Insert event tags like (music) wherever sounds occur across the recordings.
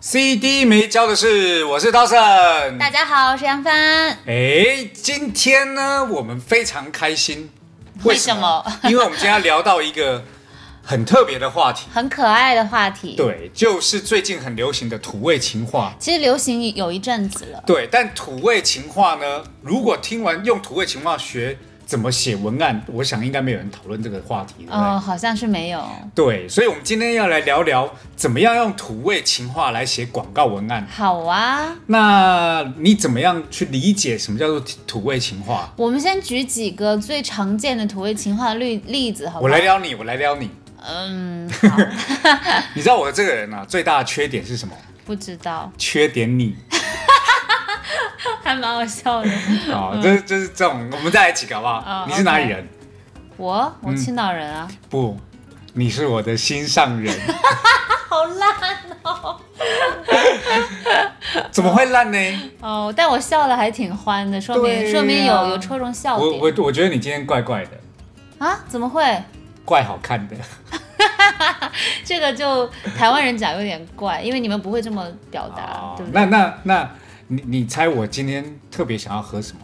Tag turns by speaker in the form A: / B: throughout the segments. A: CD 没教的事，我是 Dawson。
B: 大家好，我是杨帆。
A: 哎，今天呢，我们非常开心。
B: 为什
A: 因为我们今天要聊到一个很特别的话题，
B: 很可爱的话题，，
A: 对，就是最近很流行的土味情话。
B: 其实流行有一阵子了，
A: 对，但土味情话呢，如果听完用土味情话学怎么写文案，我想应该没有人讨论这个话题，对不对？
B: 哦，好像是没有。
A: 对，所以我们今天要来聊聊怎么样用土味情话来写广告文案。
B: 好啊，
A: 那你怎么样去理解什么叫做土味情话？
B: 我们先举几个最常见的土味情话例例子，好不
A: 我
B: 好
A: 来。撩你，我来撩你。
B: 嗯，好，
A: 你知道我这个人啊，最大的缺点是什么？
B: 不知道，
A: 缺点你。
B: (laughs) 还蛮好笑的。
A: 好，哦这就是这种，我们再来几个好不好
B: 嗯哦？
A: 你是哪里人？
B: (laughs) 我我青岛人啊，
A: 不，你是我的心上人。
B: (laughs) 好烂
A: (laughs) 怎么会烂呢？
B: 哦，但我笑的还挺欢的，说
A: 嗯对
B: 明
A: 呀
B: 说明有有戳中笑
A: 我我
B: 点
A: 我觉得你今天怪怪的，
B: 啊？怎么会？
A: 怪好看的。
B: 这个就台湾人讲有点怪，因为你们不会这么表达，啊对不对？
A: 那那那，你你猜我今天特别想要喝什么？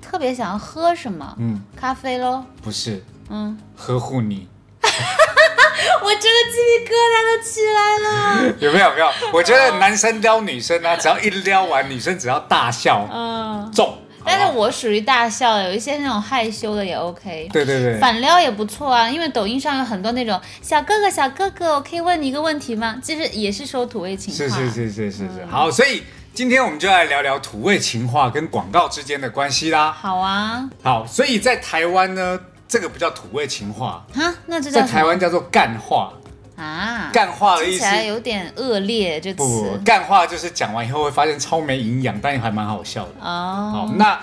B: 特别想要喝什么？
A: 嗯，
B: 咖啡喽。
A: 不是，
B: 嗯，
A: 呵护你。
B: 我真的鸡皮疙瘩都起来了。
A: 有没有？有没有？我觉得男生撩女生啊，只要一撩完，女生只要大笑
B: 嗯，
A: 中。
B: 但
A: 好不好
B: 是我属于大笑，有一些那种害羞的也 OK。
A: 对对对，
B: 反撩也不错啊，因为抖音上有很多那种小哥哥、小哥哥，我可以问你一个问题吗？其实也是说土味情
A: 是
B: 话，
A: 是是是是
B: 嗯
A: 是。好，所以今天我们就来聊聊土味情话跟广告之间的关系啦。
B: 好啊，
A: 好，所以在台湾呢，这个不叫土味情话，
B: 哈，那这
A: 在
B: 叫什
A: 台
B: 么
A: 湾叫做干话。
B: 啊？
A: 干话的意
B: 听起
A: 思
B: 来有点恶劣这
A: 不
B: 词，
A: 干话就是讲完以后会发现超没营养，但还蛮好笑的。好，
B: 哦。
A: 那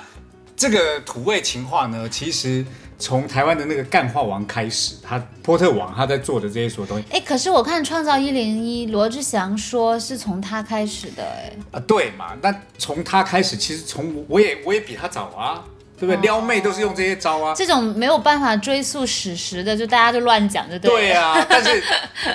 A: 这个土味情话呢，其实从台湾的那个干话王开始，他波特王他在做的这些所有东西
B: 哎，可是我看《创造一零一》，罗志祥说是从他开始的，哎，
A: 啊、对嘛？那从他开始，其实从我我也我也比他早啊，对
B: 哦
A: 不对？撩妹都是用这些招啊。
B: 这种没有办法追溯史实的，就大家就乱讲，就对了。
A: 对
B: (laughs)
A: 啊，但是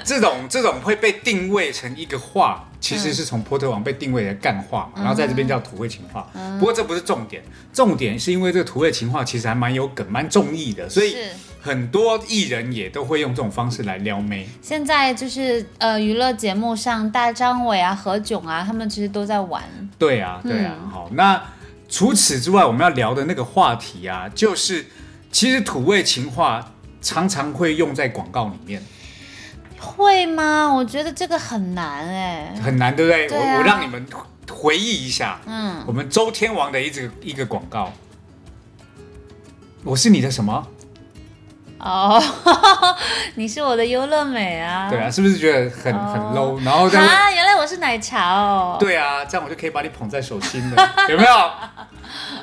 A: 这种这种会被定位成一个话，其
B: 嗯
A: 实是从波特王被定位为干话嘛，然后在这边叫土味情话。
B: 嗯
A: 不过这不是重点，重点是因为这个土味情话其实还蛮有梗、蛮中意的，所以
B: 是
A: 很多艺人也都会用这种方式来撩妹。
B: 现在就是呃，娱乐节目上，大张伟啊、何炅啊，他们其实都在玩。
A: 对啊，
B: 嗯
A: 对啊，好、那除此之外，我们要聊的那个话题啊，就是其实土味情话常常会用在广告里面，
B: 会吗？我觉得这个很难哎、
A: 很难，对不对？
B: 对
A: 我
B: 啊
A: 我让你们回忆一下，
B: 嗯，
A: 我们周天王的一个一个广告。我是你的什么？
B: (laughs) 哦，你是我的优乐美啊。
A: 对啊，是不是觉得很、很
B: 哦
A: low？然后但是
B: 啊，原来我是奶茶哦。
A: 对啊，这样我就可以把你捧在手心了， (laughs) 有没有？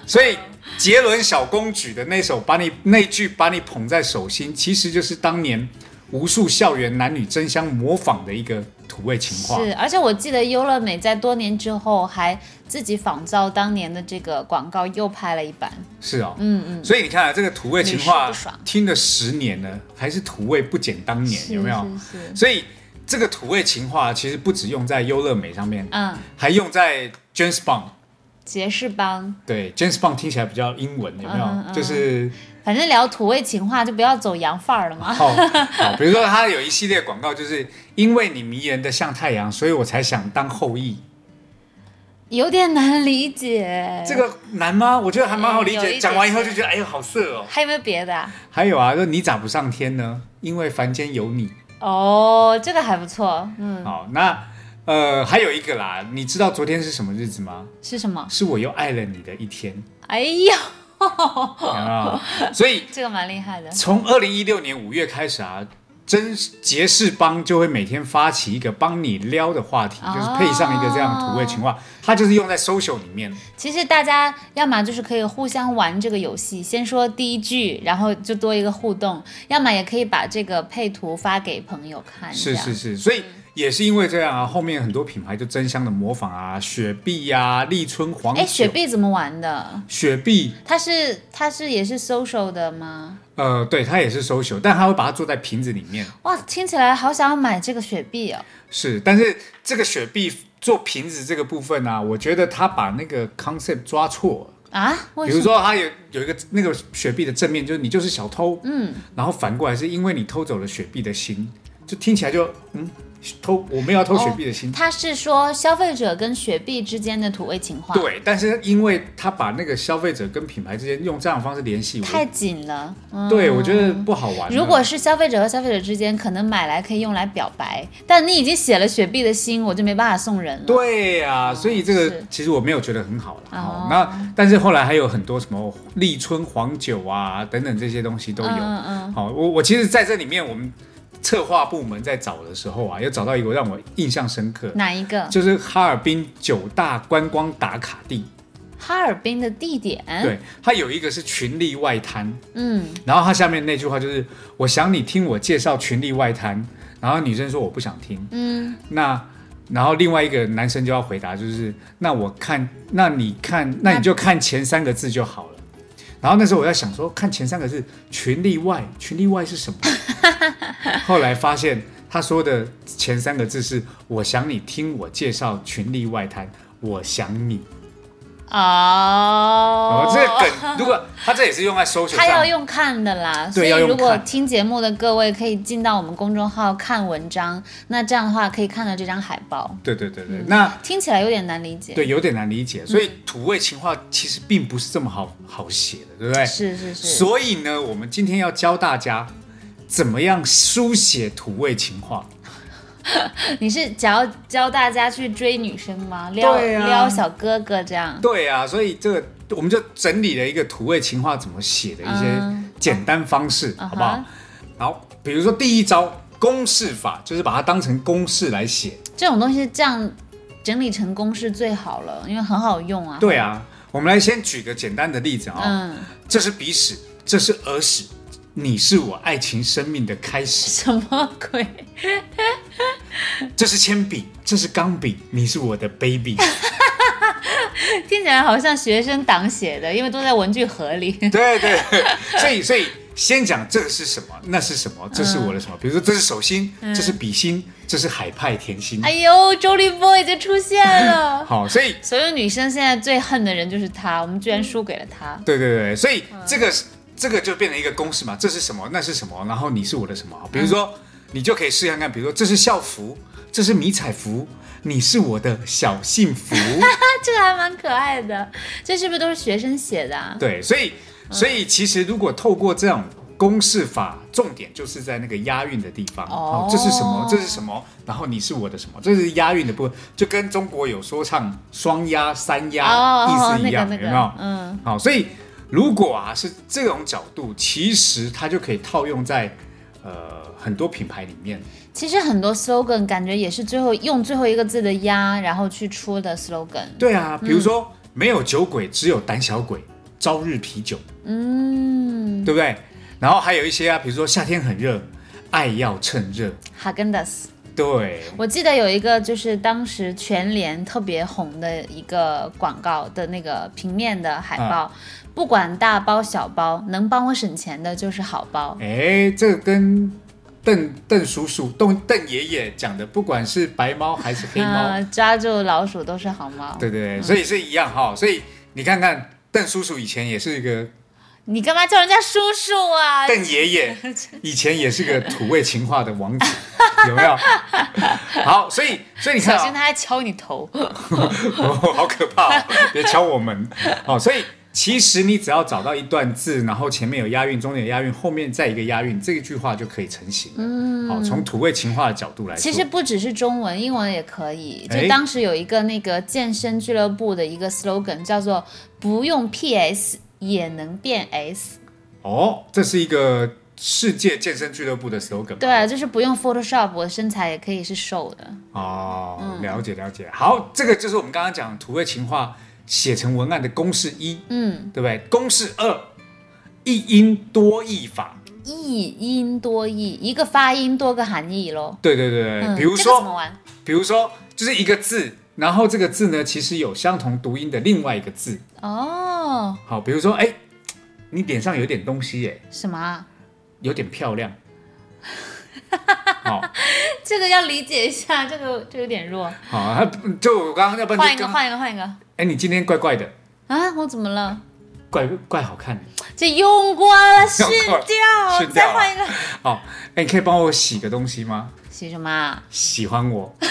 A: 所以杰伦小公举的那首把你那句把你捧在手心，其实就是当年无数校园男女争相模仿的一个土味情话。
B: 是，而且我记得优乐美在多年之后还自己仿照当年的这个广告又拍了一版。
A: 是哦，
B: 嗯嗯，
A: 所以你看啊，这个土味情
B: 屡试
A: 话
B: 不爽
A: 听了十年了，还是土味不减当年，有没有？
B: 是是是，
A: 所以这个土味情话其实不只用在优乐美上面，
B: 嗯，
A: 还用在 James Bond。
B: 杰士邦。
A: 对，James Bond 听起来比较英文，有没有？
B: 嗯嗯嗯
A: 就是
B: 反正聊土味情话就不要走洋范儿了
A: (laughs)
B: 嘛。
A: 好，好，比如说他有一系列广告，就是因为你迷人的像太阳，所以我才想当后羿。
B: 有点难理解。
A: 这个难吗？我觉得还蛮好理
B: 嗯有一
A: 解。
B: 点
A: 讲完以后就觉得，哎呦，好色哦。
B: 还有没有别的、啊？
A: 还有啊，说你咋不上天呢？因为凡间有你。
B: 哦，这个还不错。嗯，
A: 好，那呃，还有一个啦，你知道昨天是什么日子吗？
B: 是什么？
A: 是我又爱了你的一
B: (laughs)
A: 天。啊
B: 哎呦，
A: 有没有所以
B: 这个蛮厉害的。
A: 从二零一六年五月开始啊。真杰士邦就会每天发起一个帮你撩的话
B: 哦
A: 题，就是配上一个这样的土味情话，它就是用在 social 里面。
B: 其实大家要么就是可以互相玩这个游戏，先说第一句，然后就多一个互动；要么也可以把这个配图发给朋友看。
A: 是
B: 这样
A: 是是，所以也是因为这样啊，后面很多品牌就争相的模仿啊，雪碧啊、立春黄酒、
B: 哎，雪碧怎么玩的？
A: 雪碧
B: 它是它是也是 social 的吗？
A: 呃，对，它也是 social，但它会把它做在瓶子里面。
B: 哇，听起来好想买这个雪碧哦！
A: 是，但是这个雪碧做瓶子这个部分呢、啊，我觉得他把那个 concept 抓错了。
B: 啊，为
A: 比
B: 什
A: 如
B: 么？
A: 说，他有有一个那个雪碧的正面，就是你就是小偷，嗯，然后反过来是因为你偷走了雪碧的心，就听起来就嗯，偷我没有要偷雪碧的心，
B: 他是说消费者跟雪碧之间的土味情话，，
A: 对，但是因为他把那个消费者跟品牌之间用这样的方式联系，
B: 太
A: 我
B: 紧了。嗯、
A: 对我觉得不好玩啊了。
B: 如果是消费者和消费者之间，可能买来可以用来表白，但你已经写了雪碧的心，我就没办法送人了。嗯
A: 对呀、所以这个
B: 哦是
A: 其实我没有觉得很好了。
B: 哦
A: 哦，那但是后来还有很多什么立春黄酒啊等等这些东西都有。好、
B: 嗯嗯
A: 我我其实在这里面我们策划部门在找的时候啊，有找到一个让我印象深刻
B: 嗯，，哪一个？
A: 就是哈尔滨九大观光打卡地。
B: 哈尔滨的地点？，
A: 对，它有一个是群力外滩，
B: 嗯，
A: 然后它下面那句话就是“我想你听我介绍群力外滩”，然后女生说我不想听，
B: 嗯，
A: 那然后另外一个男生就要回答，就是那我看，那你看，那你就看前三个字就好了。然后那时候我在想说，看前三个字“群例外”，“群例外”是
B: (laughs)
A: 什么？后来发现他说的前三个字是“我想你听我介绍群例外滩”，我想你。
B: 哦
A: 哦，，这个梗，如果他这也是用在搜索
B: 他要
A: 上，
B: 用看的啦，所
A: 对
B: 以
A: 要用
B: 如果
A: 看
B: 听节目的各位可以进到我们公众号看文章，那这样的话可以看到这张海报，
A: 对对对对，
B: 嗯
A: 那
B: 听起来有点难理解。，
A: 对有点难理解，所以土味情话其实并不是这么好好写的，对不对？
B: 是是是，
A: 所以呢，我们今天要教大家怎么样书写土味情话。
B: 你是想要教大家去追女生吗？撩、
A: 对啊
B: 撩小哥哥这样。
A: 对啊，所以这个我们就整理了一个土味情话怎么写的一些
B: 嗯
A: 简单方式，
B: 嗯
A: 好不好
B: 嗯？
A: 好，比如说第一招公式法，就是把它当成公式来写。
B: 这种东西这样整理成公式最好了，因为很好用啊。
A: 对啊，我们来先举个简单的例子啊、
B: 嗯，
A: 这是鼻屎，这是耳屎，你是我爱情生命的开始。
B: 什么 (laughs) 鬼？
A: 这是铅笔，这是钢笔，你是我的 baby。
B: 听起来好像学生党写的，因为都在文具盒里。 (laughs)
A: (laughs) 对对，对所以所以先讲这个是什么，那是什么，这是我的
B: 嗯
A: 什么？比如说这是手心，这是笔芯，这是海派甜心。
B: 哎呦，周立波已经出现 (laughs) 了。
A: 好，所以
B: 所有女生现在最恨的人就是他，我们居然输给了他。
A: 对对对，所以
B: 嗯
A: 这个是这个就变成一个公式嘛，这是什么，那是什么，然后你是我的什
B: 嗯
A: 么？比如说你就可以试看看，比如说这是校服，这是迷彩服，你是我的小幸福。
B: 那这个还蛮可爱的，这是不是都是学生写的 (laughs) 啊？
A: 对，所以所以其实如果透过这种公式法，重点就是在那个押韵的地方。
B: 哦
A: 这是什么？这是什么？然后你是我的什么？这是押韵的部分，就跟中国有说唱双押、三押、
B: 哦，
A: 意思
B: 那
A: 一
B: 个
A: 样，
B: 那个
A: 有没有，？
B: 嗯，
A: 好，所以如果啊是这种角度，其实它就可以套用在呃很多品牌里面。
B: 其实很多 slogan 感觉也是最后用最后一个字的呀，然后去出的 slogan。
A: 对啊，比如
B: 嗯
A: 说、没有酒鬼，只有胆小鬼，朝日啤酒。
B: 嗯，
A: 对不对？然后还有一些啊，比如说夏天很热，爱要趁热。
B: 哈根达斯。
A: 对，
B: 我记得有一个就是当时全联特别红的一个广告的那个平面的海报，
A: 啊
B: 不管大包小包，能帮我省钱的就是好包。
A: 哎，这个跟邓邓叔叔、邓邓爷爷讲的，不管是白猫还是黑猫，
B: 嗯，抓住老鼠都是好猫。
A: 对对对，所以是一样哈、所以你看看，邓叔叔以前也是一个，
B: 你干嘛叫人家叔叔啊？
A: 邓爷
B: (laughs)
A: 爷以前也是个土味情话的王子， (laughs) 有没有？好，所以所以你看、啊，哎
B: 小心他还敲你头。
A: 哦， (laughs) 好可怕、哦！别敲我们哦。所以其实你只要找到一段字，然后前面有押韵，中间有押韵，后面再一个押韵，这一句话就可以成型了。嗯，好、从土味情话的角度来说，
B: 其实不只是中文，英文也可以。
A: 哎
B: 就当时有一个那个健身俱乐部的一个 slogan 叫做“不用 PS 也能变 S”，
A: 哦，这是一个世界健身俱乐部的 slogan 嘛。
B: 对，啊就是不用 Photoshop，我的身材也可以是瘦的。
A: 哦，
B: 嗯
A: 了解了解。好，这个就是我们刚刚讲土味情话写成文案的公式一，
B: 嗯，
A: 对不对？公式二，一音多义法。
B: 一音多义，一个发音多个含义喽。
A: 对对对对，
B: 嗯，
A: 哎比如
B: 这个怎
A: 说
B: 么，玩？
A: 比如说，就是一个字，然后这个字呢，其实有相同读音的另外一个字。
B: 哦，
A: 好，比如说，哎，你脸上有点东西耶，
B: 什么啊？
A: 有点漂
B: (laughs)
A: 亮。好
B: 这个要理解一下，这个这个有点弱。
A: 好，他就我刚刚要不
B: 换
A: 然
B: 一
A: 就刚刚，
B: 个，换一个，换一个
A: 哎，你今天怪怪的，
B: 啊！我怎么了？
A: 怪怪好看。
B: 这用过
A: (laughs)
B: 了，训
A: 用过了
B: 掉，
A: 训掉
B: 再
A: 了
B: 换一个。
A: 好，哎，你可以帮我洗个东西吗？
B: 洗什么啊？
A: 喜欢我。 (laughs)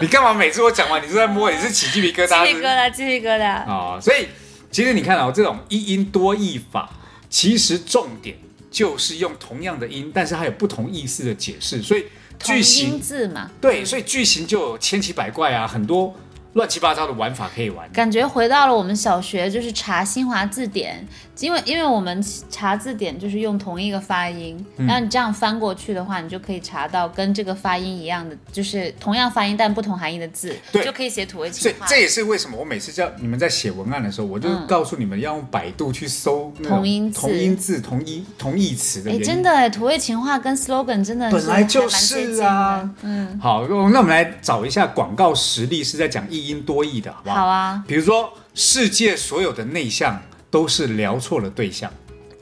A: 你干嘛每次我讲完你就在摸，你是起鸡皮疙
B: 鸡
A: 瘩？
B: 皮疙瘩，鸡皮疙瘩。
A: 啊、所以其实你看哦，这种一音多义法，其实重点就是用同样的音，但是它有不同意思的解释，所以
B: 同
A: 句
B: 音
A: 型
B: 字嘛，
A: 对，所以句型就有千奇百怪啊，很多乱七八糟的玩法可以玩。
B: 感觉回到了我们小学，就是查新华字典，因为因为我们查字典就是用同一个发音，
A: 嗯
B: 然后你这样翻过去的话，你就可以查到跟这个发音一样的，就是同样发音但不同含义的字，
A: 对
B: 就可以写土味
A: 所
B: 情
A: 以
B: 话。
A: 这也是为什么我每次叫你们在写文案的时候，我就告诉你们要用百度去搜那种
B: 嗯同音字
A: 同音字、同音同义词的
B: 哎，
A: 原
B: 真
A: 因。
B: 的哎，土味情话跟 slogan 真的是
A: 本来就
B: 还蛮接
A: 是
B: 近的
A: 啊。，嗯，好，那我们来找一下广告实例是在讲一音多义的，好不
B: 好啊，
A: 比如说，世界所有的内向都是聊错了对象，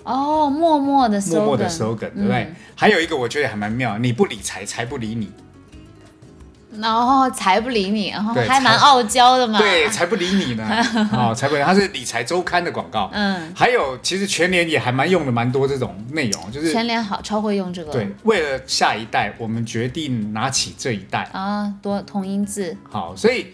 B: 哦，默默的 slogan，嗯
A: 默默的 slogan，、对不对？还有一个我觉得还蛮妙，你不理财，财不理你，
B: 然后哦才不理你，然后
A: 对
B: 还蛮
A: 才
B: 傲娇的嘛。
A: 对，财不理你
B: (laughs)
A: 呢，哦，财不理你，它是理财周刊的广告。
B: 嗯，
A: 还有，其实全年也还蛮用的蛮多这种内容，就是
B: 全脸好超会用这个。
A: 对，为了下一代，我们决定拿起这一代。
B: 啊，多同音字，
A: 好，所以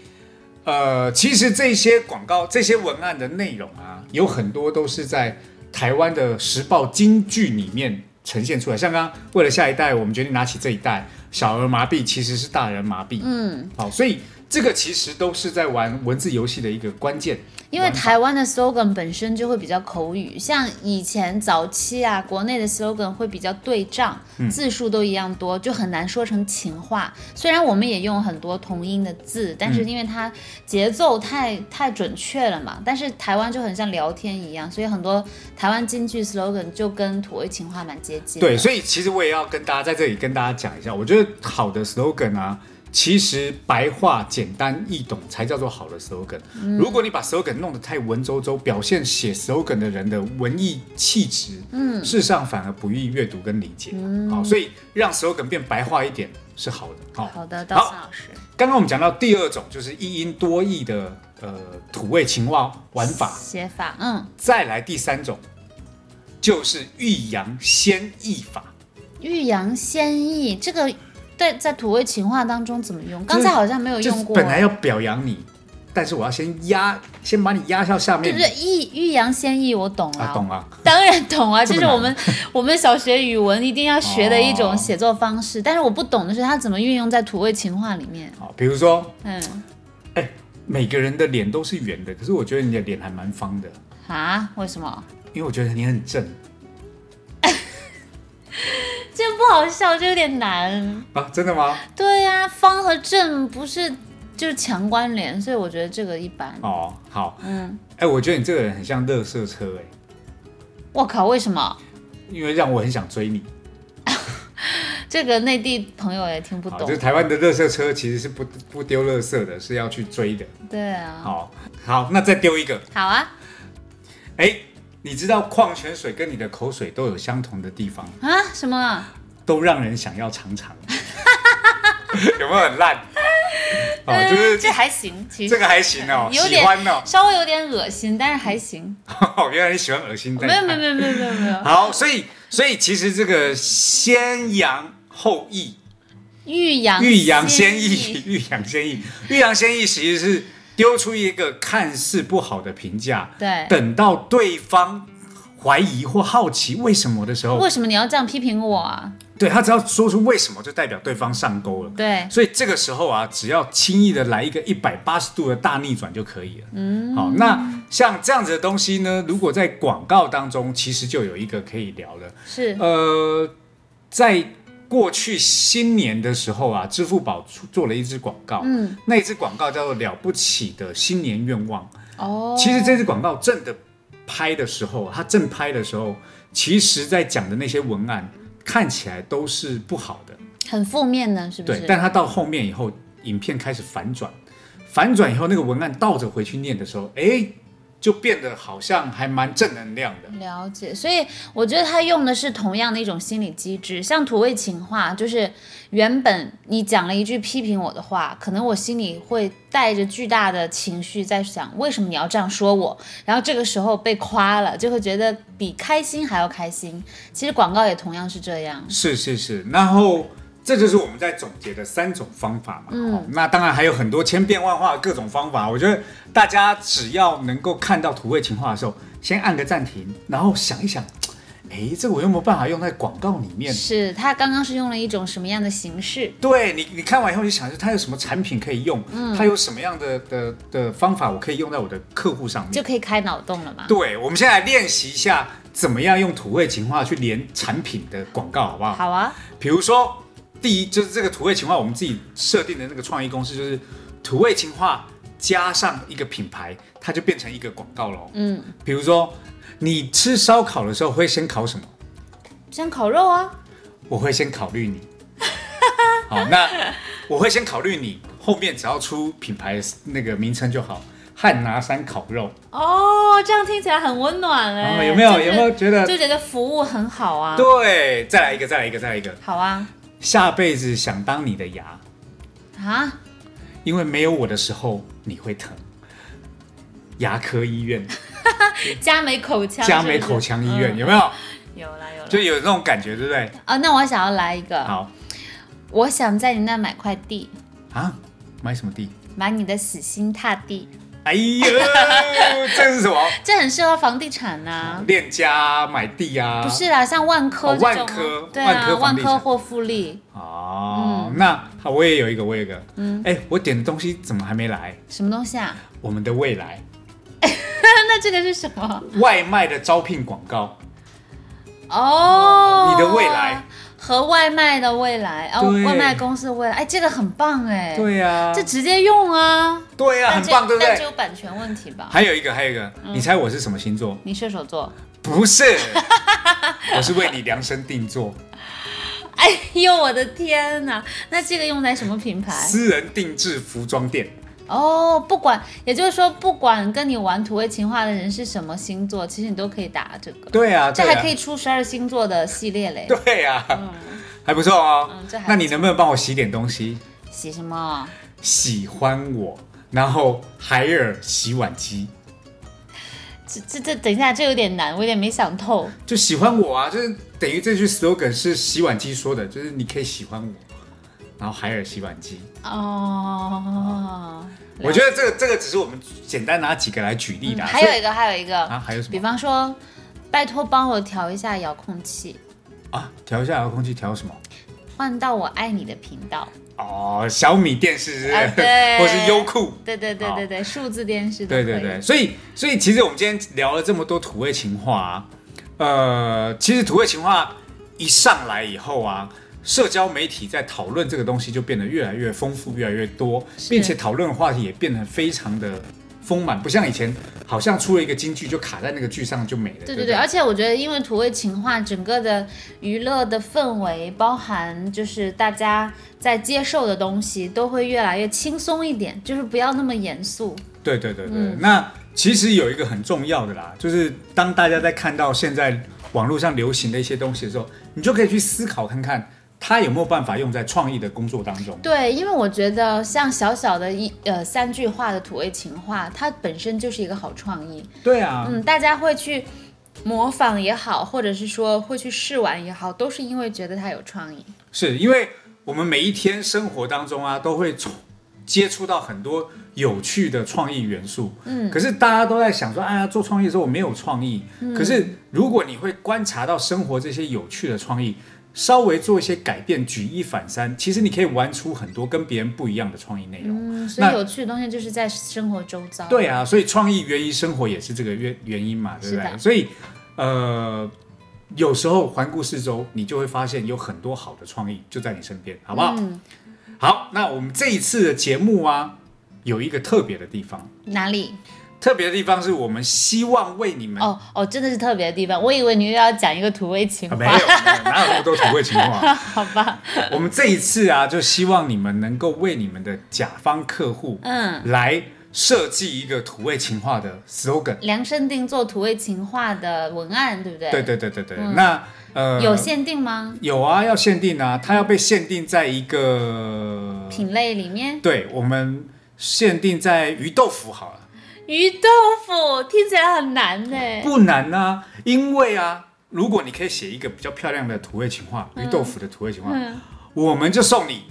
A: 呃，其实这些广告、这些文案的内容啊，有很多都是在台湾的时报京剧里面呈现出来。像刚刚为了下一代，我们决定拿起这一代，小儿麻痹其实是大人麻痹。
B: 嗯，
A: 好，所以这个其实都是在玩文字游戏的一个关键。
B: 因为
A: 玩法
B: 台湾的 slogan 本身就会比较口语，像以前早期啊，国内的 slogan 会比较对仗，
A: 嗯
B: 字数都一样多，就很难说成情话。虽然我们也用很多同音的字，但
A: 嗯
B: 是因为它节奏太太准确了嘛，但是台湾就很像聊天一样，所以很多台湾京剧 slogan 就跟土味情话蛮接近的。
A: 对，所以其实我也要跟大家在这里跟大家讲一下，我觉得好的 slogan 啊，其实白话简单易懂才叫做好的 slogan。如果你把 slogan 弄得太文绉绉，表现写 slogan 的人的文艺气质，嗯，事实上反而不易阅读跟理解。好，所以让 slogan 变白话一点是好的。好，
B: 好的，道森
A: 好，
B: 老师，
A: 刚刚我们讲到第二种就是一音多义的呃土味情话玩法，
B: 写法，嗯，
A: 再来第三种就是欲扬先抑法。
B: 欲扬先抑，这个在在土味情话当中怎么用？刚才好像没有
A: 就是
B: 呃用过。
A: 本来要表扬你，但是我要先压，先把你压到下
B: 对
A: 面。
B: 不对？抑欲扬先抑，我懂了，
A: 啊，懂啊，
B: 当然懂啊，
A: 这
B: 这
A: 么
B: 是我们我们小学语文一定要学的一
A: 哦
B: 种写作方式。但是我不懂的是它怎么运用在土味情话里面。
A: 好，比如说
B: 嗯，
A: 每个人的脸都是圆的，可是我觉得你的脸还蛮方的，
B: 啊，为什么？
A: 因为我觉得你很正
B: 这不好笑，这有点难。
A: 啊，真的
B: (laughs)
A: 吗？
B: 对呀、方和正不是就是强关联，所以我觉得这个一般。
A: 哦，好，
B: 嗯，
A: 哎，我觉得你这个人很像乐色车，哎，
B: 我靠，为什么？
A: 因为让我很想追你。
B: 这个内地朋友也听不
A: 好，
B: 懂
A: 就是。台湾的乐色车其实是不不丢乐色的，是要去追的。
B: 对啊，
A: 好，好，那再丢一个，
B: 好啊
A: 哎，你知道矿泉水跟你的口水都有相同的地方吗。
B: 啊什么啊？
A: 都让人想要尝尝， (laughs) 有没有很
B: (laughs)
A: 烂？哦，就是
B: 嗯这还行，其实
A: 这个还行哦，
B: (laughs) 有
A: 喜
B: 点
A: 欢哦。 (laughs)
B: 稍微有点恶心，但是还行。
A: 哦，原来你喜欢恶心蛋
B: 没有没有没有没有没有
A: (laughs)
B: 没有。
A: 好，所以所以其实这个先扬后抑，
B: 欲扬
A: 欲扬先抑
B: 啊抑，，
A: (laughs) 欲扬先抑，欲扬先抑其实是丢出一个看似不好的评价，
B: 对
A: 等到对方怀疑或好奇为什么的时候
B: 为，什么你要这样批评我啊？
A: 对他只要说出为什么，就代表对方上钩了。
B: 对，
A: 所以这个时候啊，只要轻易的来一个一百八十度的大逆转就可以了。嗯，好，那像这样子的东西呢，如果在广告当中，其实就有一个可以聊的。
B: 是，
A: 呃，在过去新年的时候啊，支付宝出做了一支广告，
B: 嗯，
A: 那一支广告叫做“了不起的新年愿望”。
B: 哦，
A: 其实这支广告正的拍的时候，它正拍的时候，其实在讲的那些文案看起来都是不好的。
B: 很负面呢，是不
A: 对
B: 是？，
A: 但他到后面以后，影片开始反转，反转以后那个文案倒着回去念的时候，哎，就变得好像还蛮正能量的。
B: 了解，所以我觉得他用的是同样的一种心理机制，像土味情话，就是原本你讲了一句批评我的话，可能我心里会带着巨大的情绪在想，为什么你要这样说我？然后这个时候被夸了，就会觉得比开心还要开心。其实广告也同样是这样，
A: 是是是，然后这就是我们在总结的三种方法嘛。嗯、那当然还有很多千变万化的各种方法。我觉得大家只要能够看到土味情话的时候，先按个暂停，然后想一想，哎，这个我有没有办法用在广告里面？
B: 是他刚刚是用了一种什么样的形式？
A: 对你，你看完以后你想，它有什么产品可以用？它有什么样的的的方法，我可以用在我的客户上
B: 就
A: 面？
B: 可以开脑洞了嘛？
A: 对，我们现在来练习一下，怎么样用土味情话去连产品的广告，好不好？
B: 好啊，
A: 比如说，第一就是这个土味情话，我们自己设定的那个创意公式就是土味情话加上一个品牌，它就变成一个广告了哦。
B: 嗯，
A: 比如说，你吃烧烤的时候会先烤什么？
B: 像烤肉啊，
A: 我会先考虑你。 (laughs) 好，那我会先考虑你，后面只要出品牌那个名称就好。汉拿山烤肉，
B: 哦，这样听起来很温暖哎、
A: 然后啊有没有
B: 就是
A: 有没有觉得？
B: 就觉得服务很好啊。
A: 对，再来一个，再来一个，再来一个。
B: 好啊，
A: 下辈子想当你的牙，
B: 啊，
A: 因为没有我的时候你会疼。牙科医院、
B: 佳美口腔，
A: 佳美口腔医院
B: 是不是
A: 有没有？
B: 嗯有啦有啦。
A: 就有那种感觉，对不对？
B: 啊，那我想要来一个，
A: 好
B: 我想在你那买块地，
A: 啊，买什么地？
B: 买你的死心塌地，
A: 哎呦，这是什么？
B: 这很适合房地产呐、
A: 链家买地啊？
B: 啊不是啦，像万科
A: 哦
B: 这种啊、
A: 万科
B: 对
A: 万
B: 啊，
A: 科
B: 万
A: 房地产
B: 科或富力，
A: 哦，
B: 嗯
A: 那好，我也有一个，我也有一个，嗯，哎、我点的东西怎么还没来？
B: 什么东
A: (laughs)
B: 西啊？ (laughs)
A: 我们的未来
B: 那这个是什么？
A: 外卖的招聘广告，
B: 哦，
A: 你的未来
B: 和外卖的未来，哦，
A: 对
B: 外卖公司的未来，哎，这个很棒哎，、
A: 对呀、啊
B: 这，直接用啊，
A: 对呀、啊，
B: 但
A: 很
B: 这
A: 棒，对不
B: 但只
A: 对？
B: 有版权问题吧？
A: 还有一个，还有一个，
B: 嗯
A: 你猜我是什么星座？
B: 你射手座， (laughs)
A: 不是，我是为你量身定做，
B: 哎呦我的天哪！那这个用在什么品牌？
A: 私人定制服装店。
B: 哦，不管，也就是说，不管跟你玩土味情话的人是什么星座，其实你都可以打这个。
A: 对啊，
B: 这
A: 对
B: 还可
A: 啊，
B: 以出十二星座的系列嘞。
A: 对啊，还不错哦。
B: 嗯这还不错
A: 那你能不能帮我洗点东西？
B: 洗什么？
A: 喜欢我，然后海尔洗碗机。
B: 这这这，等一下，这有点难，我有点没想透。
A: 就喜欢我啊，就是等于这句 slogan 是洗碗机说的，就是你可以喜欢我，然后海尔洗碗机。
B: 哦，
A: 我觉得这个这个只是我们简单拿几个来举例的、啊
B: 嗯还有一个，还有一个，
A: 所以啊，还有什
B: 比
A: 么
B: 方说，拜托帮我调一下遥控器，
A: 啊？调一下遥控器，调什么？
B: 换到我爱你的频道。
A: 哦，小米电视是不是？
B: 啊
A: (laughs)
B: 对
A: 或是优酷。
B: 对对对对对，数字电视都
A: 对
B: 可以。
A: 对对，，所以所以其实我们今天聊了这么多土味情话、啊，呃，其实土味情话一上来以后啊，社交媒体在讨论这个东西就变得越来越丰富，越来越多，并且讨论的话题也变得非常的丰满，不像以前好像出了一个金句就卡在那个句上就没了。
B: 对
A: 对
B: 对对，
A: 不
B: 而且我觉得，因为土味情话，整个的娱乐的氛围，包含就是大家在接受的东西，都会越来越轻松一点，就是不要那么严肃。
A: 对对对对，
B: 嗯
A: 那其实有一个很重要的啦，就是当大家在看到现在网络上流行的一些东西的时候，你就可以去思考看看，它有没有办法用在创意的工作当中。
B: 对，因为我觉得像小小的一呃三句话的土味情话，它本身就是一个好创意。
A: 对啊，
B: 嗯，大家会去模仿也好，或者是说会去试玩也好，都是因为觉得它有创意。
A: 是因为我们每一天生活当中啊，都会充接触到很多有趣的创意元素。
B: 嗯
A: 可是大家都在想说，哎呀，做创意的时候我没有创意。可是如果你会观察到生活这些有趣的创意，稍微做一些改变，举一反三，其实你可以玩出很多跟别人不一样的创意内容。
B: 嗯，所以
A: 那
B: 有趣的东西就是在生活周遭。
A: 对啊，所以创意源于生活也是这个原原因嘛，对不
B: 是
A: 对？
B: 的
A: 所以呃，有时候环顾四周，你就会发现有很多好的创意就在你身边，好不好？
B: 嗯，
A: 好，那我们这一次的节目啊，有一个特别的地方，
B: 哪里？
A: 特别的地方是我们希望为你们、
B: 哦哦，真的是特别的地方。我以为你又要讲一个土味情
A: 啊
B: 话，
A: 没有，没有哪有那么多土味情话？
B: (laughs) 好吧？
A: 我们这一次啊，就希望你们能够为你们的甲方客户
B: 嗯，
A: 来设计一个土味情话的 slogan。
B: 量身定做土味情话的文案，对不对？
A: 对对对对对，那呃
B: 有限定吗？
A: 有啊，要限定啊，它要被限定在一个，
B: 品类里面，
A: 对我们限定在鱼豆腐好了，
B: 鱼豆腐听起来很难呢。
A: 不难啊，因为啊，如果你可以写一个比较漂亮的土味情话，鱼豆腐的土味情话，
B: 嗯，
A: 我们就送你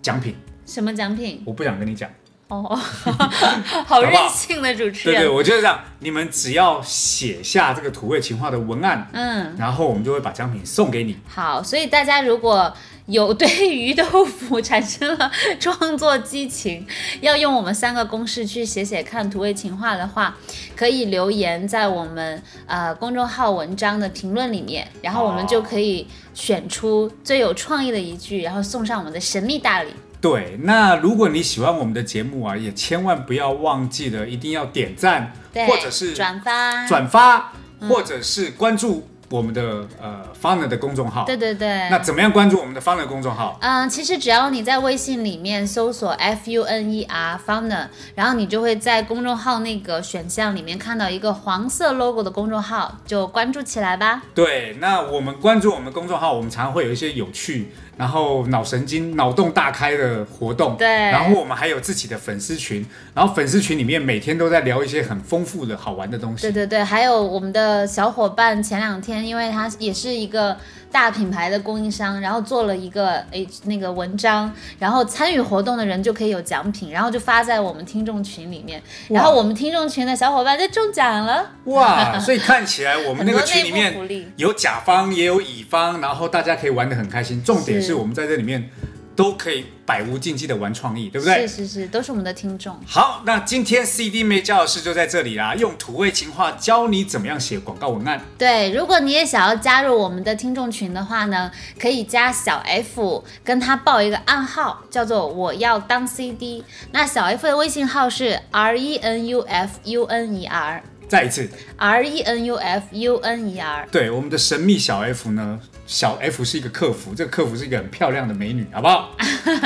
A: 奖品。
B: 什么奖品？
A: 我不想跟你讲，
B: 哦，好任性的主持
A: 对对，
B: 人。
A: 我就是这样，你们只要写下这个土味情话的文案，
B: 嗯，
A: 然后我们就会把奖品送给你。
B: 好，所以大家如果有对鱼豆腐产生了创作激情，要用我们三个公式去写写看土味情话的话，可以留言在我们呃公众号文章的评论里面，然后我们就可以选出最有创意的一句，然后送上我们的神秘大礼。
A: 对，那如果你喜欢我们的节目啊，也千万不要忘记了，一定要点赞，
B: 对，
A: 或者是
B: 转发，
A: 嗯转发，
B: 嗯
A: 或者是关注我们的呃 Fun 的公众号。
B: 对对对。
A: 那怎么样关注我们的 Fun 的公众号？
B: 嗯，其实只要你在微信里面搜索 F U N E R Funer，然后你就会在公众号那个选项里面看到一个黄色 logo 的公众号，就关注起来吧。
A: 对，那我们关注我们公众号，我们常常会有一些有趣，然后脑神经、脑洞大开的活动。
B: 对
A: 然后我们还有自己的粉丝群，然后粉丝群里面每天都在聊一些很丰富的好玩的东西。
B: 对对对，还有我们的小伙伴前两天，因为他也是一个大品牌的供应商，然后做了一个诶那个文章，然后参与活动的人就可以有奖品，然后就发在我们听众群里面，然后我们听众群的小伙伴就中奖了，
A: 哇，所以看起来我们
B: (laughs)
A: 那个
B: 很多内
A: 群
B: 部
A: 里
B: 福利
A: 面有甲方也有乙方，然后大家可以玩得很开心。重点
B: 是
A: 是我们在这里面都可以百无禁忌的玩创意，对不对？
B: 是是是，都是我们的听众。
A: 好，那今天 CD 妹教室就在这里啦，用土味情话教你怎么样写广告文案。
B: 对，如果你也想要加入我们的听众群的话呢，可以加小 F，跟他报一个暗号，叫做“我要当 CD”。那小 F 的微信号是 R E N U F U N E R。
A: 再一次，
B: R E N U F U N E R，
A: 对我们的神秘小 F 呢，小 F 是一个客服，这个客服是一个很漂亮的美女，好不
B: (laughs)
A: 好？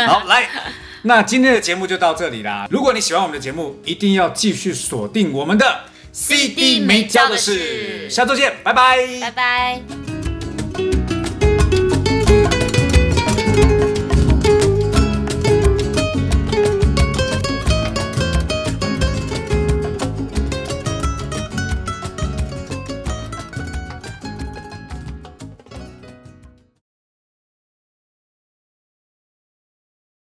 A: 好，来，那今天的节目就到这里啦。如果你喜欢我们的节目，一定要继续锁定我们的
B: CD 没教的事
A: 下周见，拜拜
B: 拜拜。